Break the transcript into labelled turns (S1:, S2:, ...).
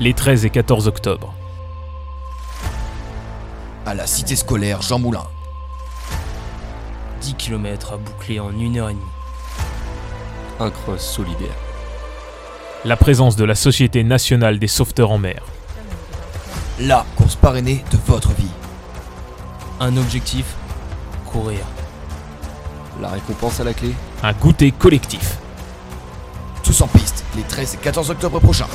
S1: les 13 et 14 octobre.
S2: À la cité scolaire Jean Moulin.
S3: 10 km à boucler en une heure et demie.
S4: Un cross solidaire.
S1: La présence de la Société nationale des sauveteurs en mer.
S2: La course parrainée de votre vie.
S3: Un objectif courir.
S4: La récompense à la clé
S1: Un goûter collectif.
S2: Tous en piste les 13 et 14 octobre prochains.